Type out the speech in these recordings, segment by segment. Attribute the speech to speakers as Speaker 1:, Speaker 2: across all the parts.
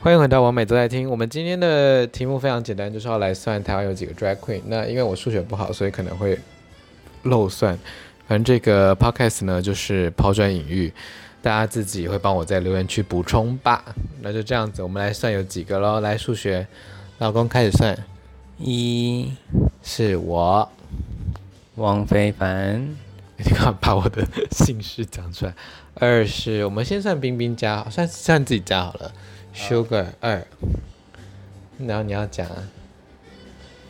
Speaker 1: 欢迎回到完美都在听。我们今天的题目非常简单，就是要来算台湾有几个 drag queen。那因为我数学不好，所以可能会漏算。反正这个 podcast 呢，就是抛砖引玉，大家自己会帮我在留言区补充吧。那就这样子，我们来算有几个喽。来，数学，老公开始算，
Speaker 2: 一
Speaker 1: 是我。
Speaker 2: 王非凡，
Speaker 1: 你干嘛把我的姓氏讲出来？二是我们先算冰冰家，算算自己家好了。Sugar 二，然后你要讲啊，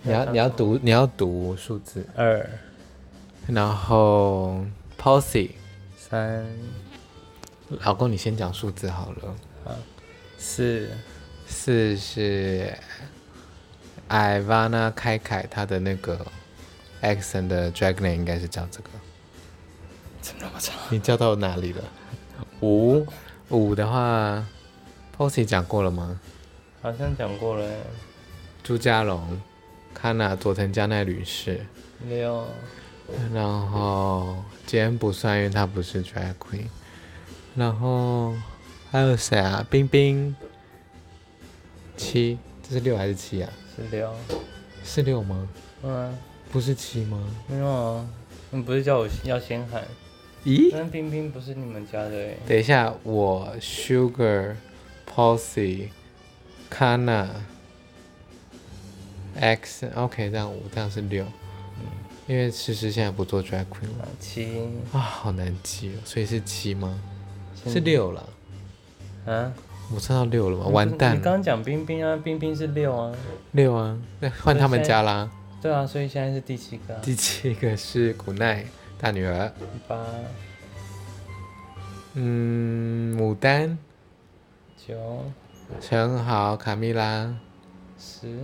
Speaker 1: 你要你要读你要读数字，
Speaker 2: 二
Speaker 1: 然后 Posy，
Speaker 2: 三
Speaker 1: 老公你先讲数字好了。
Speaker 2: 四
Speaker 1: 四是 Ivana 开凯她的那个 accent 的 drag name 应该是叫这个。
Speaker 2: 怎么那么长？
Speaker 1: 你叫到哪里了？五五的话，Posy 讲过了吗？
Speaker 2: 好像讲过了耶。
Speaker 1: 朱家龙、康纳、佐藤佳奈女士，
Speaker 2: 六
Speaker 1: 然后今天不算，因为她不是 drag queen。然后还有谁啊？冰冰，七，这是六还是七啊？
Speaker 2: 十六，
Speaker 1: 是六吗？
Speaker 2: 嗯啊、
Speaker 1: 不是七吗？
Speaker 2: 没有啊，你不是叫我要先喊？
Speaker 1: 咦？
Speaker 2: 但冰冰不是你们家的欸耶
Speaker 1: 等一下，我 Sugar、Posy、Kana、X。OK，这样五，这样是六。嗯因为其实现在不做 drag queen 了
Speaker 2: 啊七
Speaker 1: 啊，好难记哦。所以是七吗？
Speaker 2: 现
Speaker 1: 是六了。
Speaker 2: 啊？
Speaker 1: 我算到六了吗？
Speaker 2: 你不是
Speaker 1: 完蛋
Speaker 2: 嗯你
Speaker 1: 了，
Speaker 2: 刚刚讲冰冰啊，冰冰是六啊。
Speaker 1: 六啊！那换他们家啦。
Speaker 2: 对啊，所以现在是第七个、啊。
Speaker 1: 第七个是古奈大女儿，
Speaker 2: 八
Speaker 1: 嗯，牡丹、
Speaker 2: 九
Speaker 1: 陈豪、卡蜜拉，
Speaker 2: 十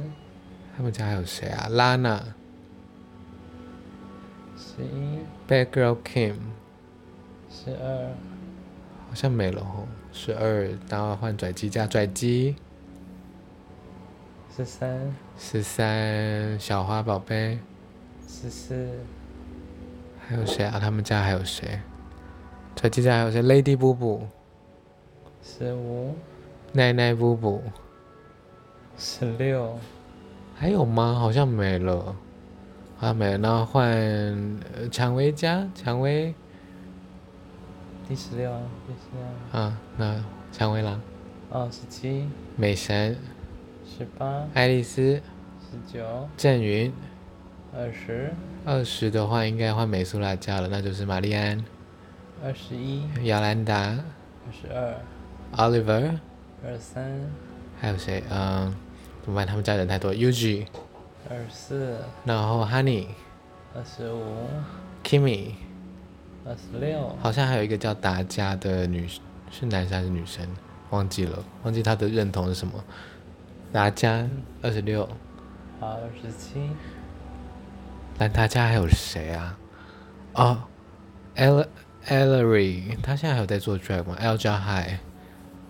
Speaker 1: 他们家还有谁啊？拉娜、
Speaker 2: 十一
Speaker 1: Bad Girl Kim，
Speaker 2: 十二
Speaker 1: 好像没了哦。十二，然后换拽鸡加拽鸡。
Speaker 2: 十三
Speaker 1: 十三，小花宝贝，
Speaker 2: 十四
Speaker 1: 还有谁啊？他们家还有谁？拽鸡家还有谁？Lady 布布、
Speaker 2: 十五
Speaker 1: 奈奈布布，
Speaker 2: 十六
Speaker 1: 还有吗？好像没了，好像没了。然后换呃蔷薇家，蔷薇
Speaker 2: 第十六啊，第十六啊，
Speaker 1: 啊，那蔷薇啦，
Speaker 2: 哦，十七、
Speaker 1: 美神、
Speaker 2: 十八、
Speaker 1: 爱丽丝、
Speaker 2: 十九、
Speaker 1: 郑云。
Speaker 2: 二十、
Speaker 1: 二十的话，应该换美苏拉家了，那就是玛丽安、
Speaker 2: 二十一、
Speaker 1: 姚兰达、
Speaker 2: 二十二、
Speaker 1: Oliver，
Speaker 2: 二三、
Speaker 1: 还有谁？嗯，怎么办？他们家人太多。Uji，
Speaker 2: 二四、
Speaker 1: 然后 Honey、
Speaker 2: 二十五、
Speaker 1: Kimmy，
Speaker 2: 二十六、
Speaker 1: 好像还有一个叫达家的女，是男生还是女生？忘记了，忘记她的认同是什么。达家二十六，
Speaker 2: 好，二十七、
Speaker 1: 但他家还有谁啊？哦 e l l e r y 他现在还有在做 drag 吗？L 加 High，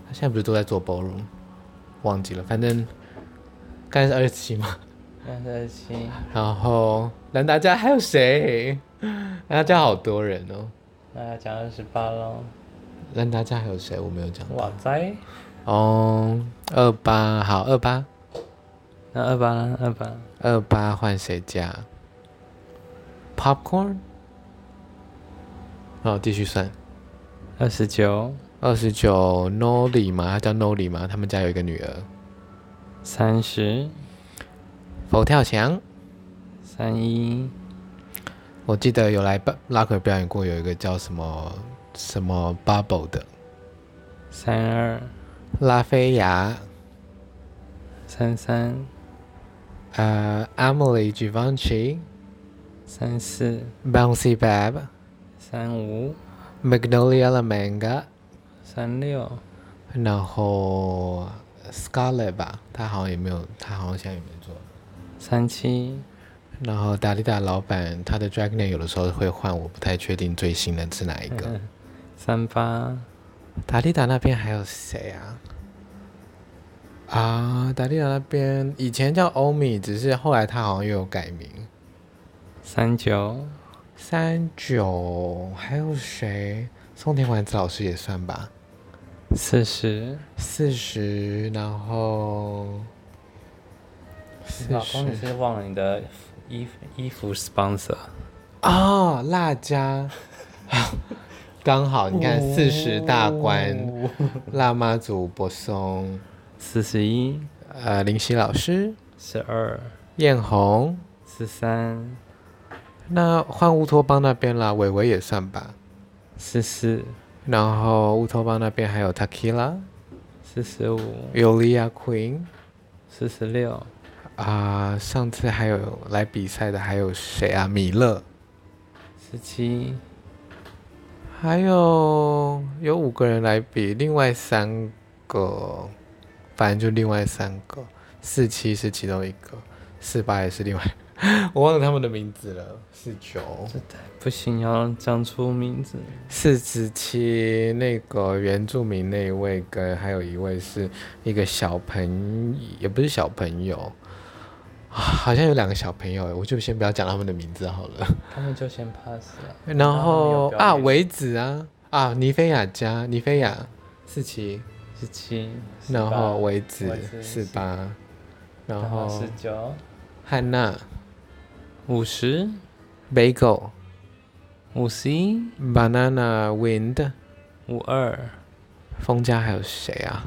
Speaker 1: 他现在不是都在做 ballroom？忘记了，反正刚才是二十七嘛。
Speaker 2: 三十七、
Speaker 1: 然后兰达家还有谁？兰达家好多人哦。
Speaker 2: 那要讲二十八喽。
Speaker 1: 兰达家还有谁？我没有讲。
Speaker 2: 哇塞，
Speaker 1: 哦，二八好，二八
Speaker 2: 那二八呢？二八
Speaker 1: 二八换谁家？Popcorn。哦，继续算。
Speaker 2: 二十九、
Speaker 1: 二十九，Noli 嘛，她叫 Noli 嘛，他们家有一个女儿，
Speaker 2: 三十、
Speaker 1: 佛跳墙。
Speaker 2: 三一、
Speaker 1: 我记得有来巴拉克表演过，有一个叫什么什么 Bubble 的
Speaker 2: 三二、
Speaker 1: 拉菲亚，
Speaker 2: 三三、
Speaker 1: 呃，Emily Givenchy、
Speaker 2: 三四、
Speaker 1: Bouncy Bab、
Speaker 2: 三五、
Speaker 1: Magnolia La Manga，
Speaker 2: 三六、
Speaker 1: 然后 Scarlett 吧，她好像也没有，她好像现在也没做。
Speaker 2: 三七、
Speaker 1: 然后达利达老板他的 Dragon 有的时候会换，我不太确定最新的是哪一个。
Speaker 2: 三八、
Speaker 1: 达利达那边还有谁啊？啊，达利达那边以前叫欧米，只是后来他好像又有改名。
Speaker 2: 三九、
Speaker 1: 三九还有谁？宋天丸子老师也算吧。
Speaker 2: 四十，
Speaker 1: 四十，然后四
Speaker 2: 老公，你
Speaker 1: 十
Speaker 2: 是忘了你的衣服衣服 sponsor，
Speaker 1: 啊，辣椒，刚好你看四十大关，
Speaker 2: 哦，
Speaker 1: 辣妈祖柏松，
Speaker 2: 四十一，
Speaker 1: 呃，林夕老师，
Speaker 2: 十二，
Speaker 1: 艳红，
Speaker 2: 十三，
Speaker 1: 那换乌托邦那边啦，伟伟也算吧。
Speaker 2: 十四，
Speaker 1: 然后乌托邦那边还有 Takila、
Speaker 2: 四十五，
Speaker 1: Yulia Queen
Speaker 2: 四十六，
Speaker 1: 啊、上次还有来比赛的还有谁啊？米勒，
Speaker 2: 十七，
Speaker 1: 还有有五个人来比，另外三个，反正就另外三个，四七是其中一个，四八也是另外， 我忘了他们的名字了，四九。
Speaker 2: 不行，要讲出名字。
Speaker 1: 四十七那个原住民那一位跟还有一位是一个小朋也不是小朋友，啊好像有两个小朋友，我就先不要讲他们的名字好了。
Speaker 2: 他们就先 pass 了。
Speaker 1: 然后啊，
Speaker 2: 维
Speaker 1: 维子啊啊，尼菲亚加尼菲亚四七，
Speaker 2: 十七，
Speaker 1: 然后维子
Speaker 2: 维子
Speaker 1: 四八，然
Speaker 2: 然后
Speaker 1: 后
Speaker 2: 十九，
Speaker 1: 汉娜
Speaker 2: 五十，
Speaker 1: Bagel
Speaker 2: 五十一，
Speaker 1: Banana Wind
Speaker 2: 五二，
Speaker 1: 风家还有谁啊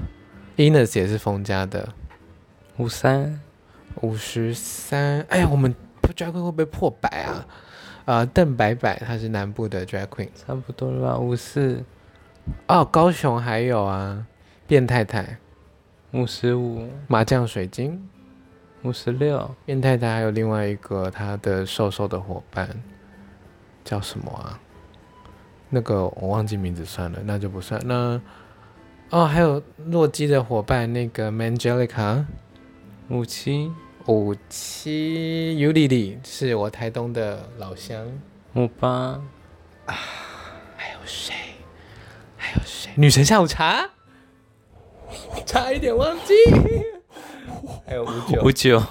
Speaker 1: ？Ines 也是风家的。
Speaker 2: 五三，
Speaker 1: 五十三，哎呀，我们 drag queen 会不会破百啊？呃，邓白白她是南部的 drag queen，
Speaker 2: 差不多了吧？五四，
Speaker 1: 哦，高雄还有啊，变太太、
Speaker 2: 五十五，
Speaker 1: 麻将水晶，
Speaker 2: 五十六，
Speaker 1: 变太太还有另外一个她的瘦瘦的伙伴，叫什么啊？那个我忘记名字算了，那就不算。那哦，还有洛基的伙伴那个 Mangelica
Speaker 2: 五七，
Speaker 1: 五七 u l i l i 是我台东的老乡。
Speaker 2: 五八，
Speaker 1: 女神下午茶，差一点忘记。
Speaker 2: 还有五九，五九，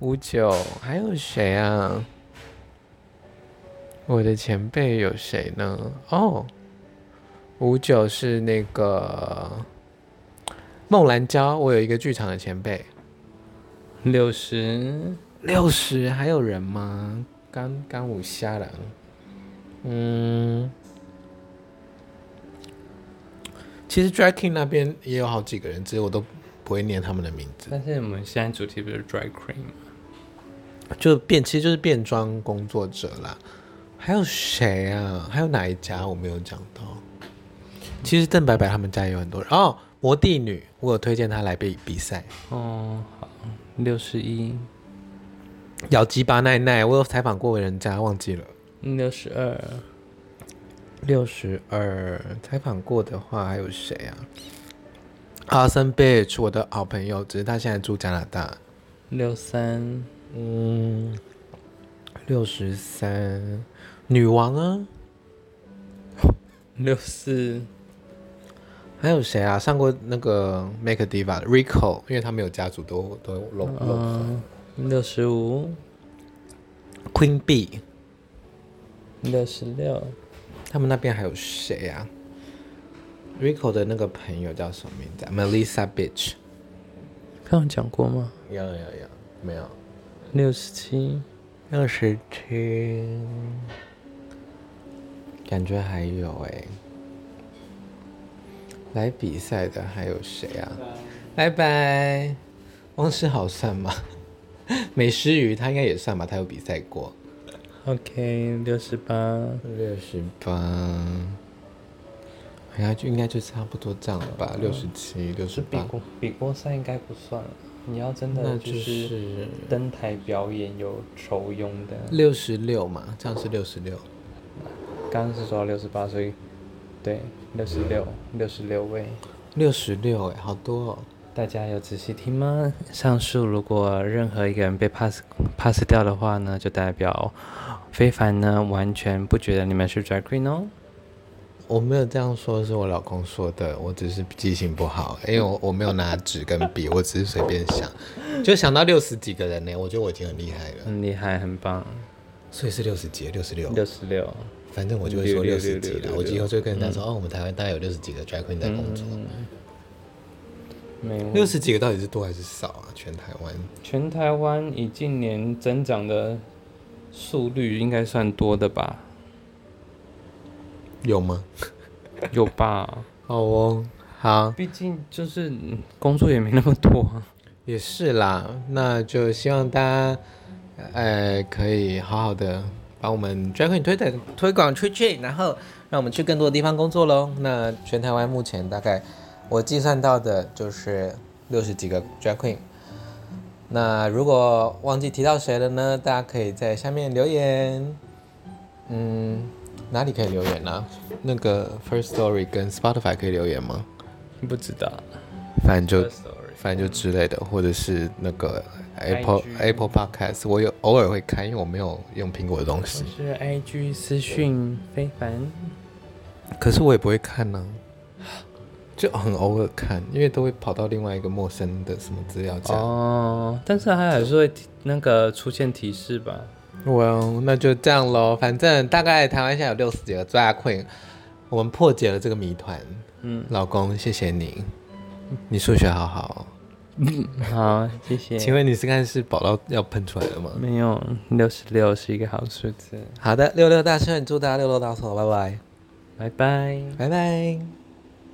Speaker 1: 五九还有谁啊？我的前辈有谁呢？哦，五九是那个孟兰娇，我有一个剧场的前辈。
Speaker 2: 六十，
Speaker 1: 六十还有人吗？刚刚五虾了，嗯，其实 Drag King 那边也有好几个人，只是我都不会念他们的名字。
Speaker 2: 但是我们现在主题不是 dry cream 吗？
Speaker 1: 就变，其实就是变装工作者啦。还有谁啊？还有哪一家我没有讲到？其实邓白白他们家也有很多人哦。魔帝女，我有推荐她来比比赛。
Speaker 2: 哦，好，六十一，
Speaker 1: 咬鸡巴奈奈，我有采访过人家，忘记了。
Speaker 2: 六十二，
Speaker 1: 六十二，采访过的话还有谁啊？阿森 bitch，我的好朋友，只是他现在住加拿大。
Speaker 2: 六三，
Speaker 1: 嗯，六十三，女王啊，
Speaker 2: 六四，
Speaker 1: 还有谁啊？上过那个 Make a Diva 的 Rico，因为他没有家族都都漏漏、
Speaker 2: 嗯，六十五，
Speaker 1: Queen B，
Speaker 2: 六十六，
Speaker 1: 他们那边还有谁啊？Rico 的那个朋友叫什么名字、啊、？Melissa bitch。
Speaker 2: 刚刚讲过吗？
Speaker 1: 有有有，没有。
Speaker 2: 六十七，
Speaker 1: 六十七，感觉还有哎、来比赛的还有谁啊？拜拜。汪诗豪算吗？ 美诗鱼他应该也算吧，他有比赛过。
Speaker 2: OK，六十八，
Speaker 1: 六十八，哎呀，就应该就差不多这样了吧，六十七、六十
Speaker 2: 是比
Speaker 1: 八，
Speaker 2: 过比过赛应该不算了，你要真
Speaker 1: 那
Speaker 2: 的
Speaker 1: 就
Speaker 2: 就是
Speaker 1: 是
Speaker 2: 登台表演有酬庸的。
Speaker 1: 六十六嘛，这样是六十六。
Speaker 2: 刚刚是说六十八，所以对六十六，六十六位。
Speaker 1: 六十六哎，好多哦。
Speaker 2: 大家有仔细听吗？上述如果任何一个人被 pass pass 掉的话呢，就代表非凡呢完全不觉得你们是 drag queen 哦。
Speaker 1: 我没有这样说，是我老公说的，我只是记性不好，因为我我没有拿纸跟笔，我只是随便想，就想到六十几个人呢，我觉得我已经很厉害了，
Speaker 2: 很厉害，很棒。
Speaker 1: 所以是六十几，六十六，
Speaker 2: 六十六，
Speaker 1: 反正我就会说
Speaker 2: 六
Speaker 1: 六
Speaker 2: 六
Speaker 1: 十
Speaker 2: 六
Speaker 1: 几
Speaker 2: 六
Speaker 1: 了。
Speaker 2: 六
Speaker 1: 我以后就会跟人家说，哦，我们台湾大概有六十几个 drag queen 在工作。
Speaker 2: 没有
Speaker 1: 六十几个到底是多还是少啊？全台湾
Speaker 2: 全台湾以近年增长的速率应该算多的吧？
Speaker 1: 有吗？
Speaker 2: 有吧？
Speaker 1: 好哦，好，
Speaker 2: 毕竟就是嗯工作也没那么多啊。
Speaker 1: 也是啦。那就希望大家，呃，可以好好的把我们 drag queen 推的推广出去，然后让我们去更多的地方工作喽。那全台湾目前大概我计算到的就是六十几个 drag queen。那如果忘记提到谁了呢？大家可以在下面留言。嗯，哪里可以留言呢、那个 First Story 跟 Spotify 可以留言吗？
Speaker 2: 不知道，
Speaker 1: 反正就
Speaker 2: 就
Speaker 1: 反正就之类的，或者是那个 Apple
Speaker 2: IG
Speaker 1: Apple Podcast，我有偶尔会看，因为我没有用苹果的东西，
Speaker 2: 是 IG 私讯非凡，
Speaker 1: 可是我也不会看啊呢、 就很偶尔看，因为都会跑到另外一个陌生的什么资料夹。
Speaker 2: 哦，但是它还是会提那个出现提示吧？
Speaker 1: 我、那就这样喽，反正大概台湾现在有六十几个 drag queen，我们破解了这个谜团。
Speaker 2: 嗯，
Speaker 1: 老公，谢谢你，你数学好好。
Speaker 2: 好，谢谢。
Speaker 1: 请问你是看是宝到要喷出来了吗？
Speaker 2: 没有六十六是一个好数字，
Speaker 1: 好的，六六大顺，祝大家六六大顺，拜拜，
Speaker 2: 拜拜。
Speaker 1: 拜拜。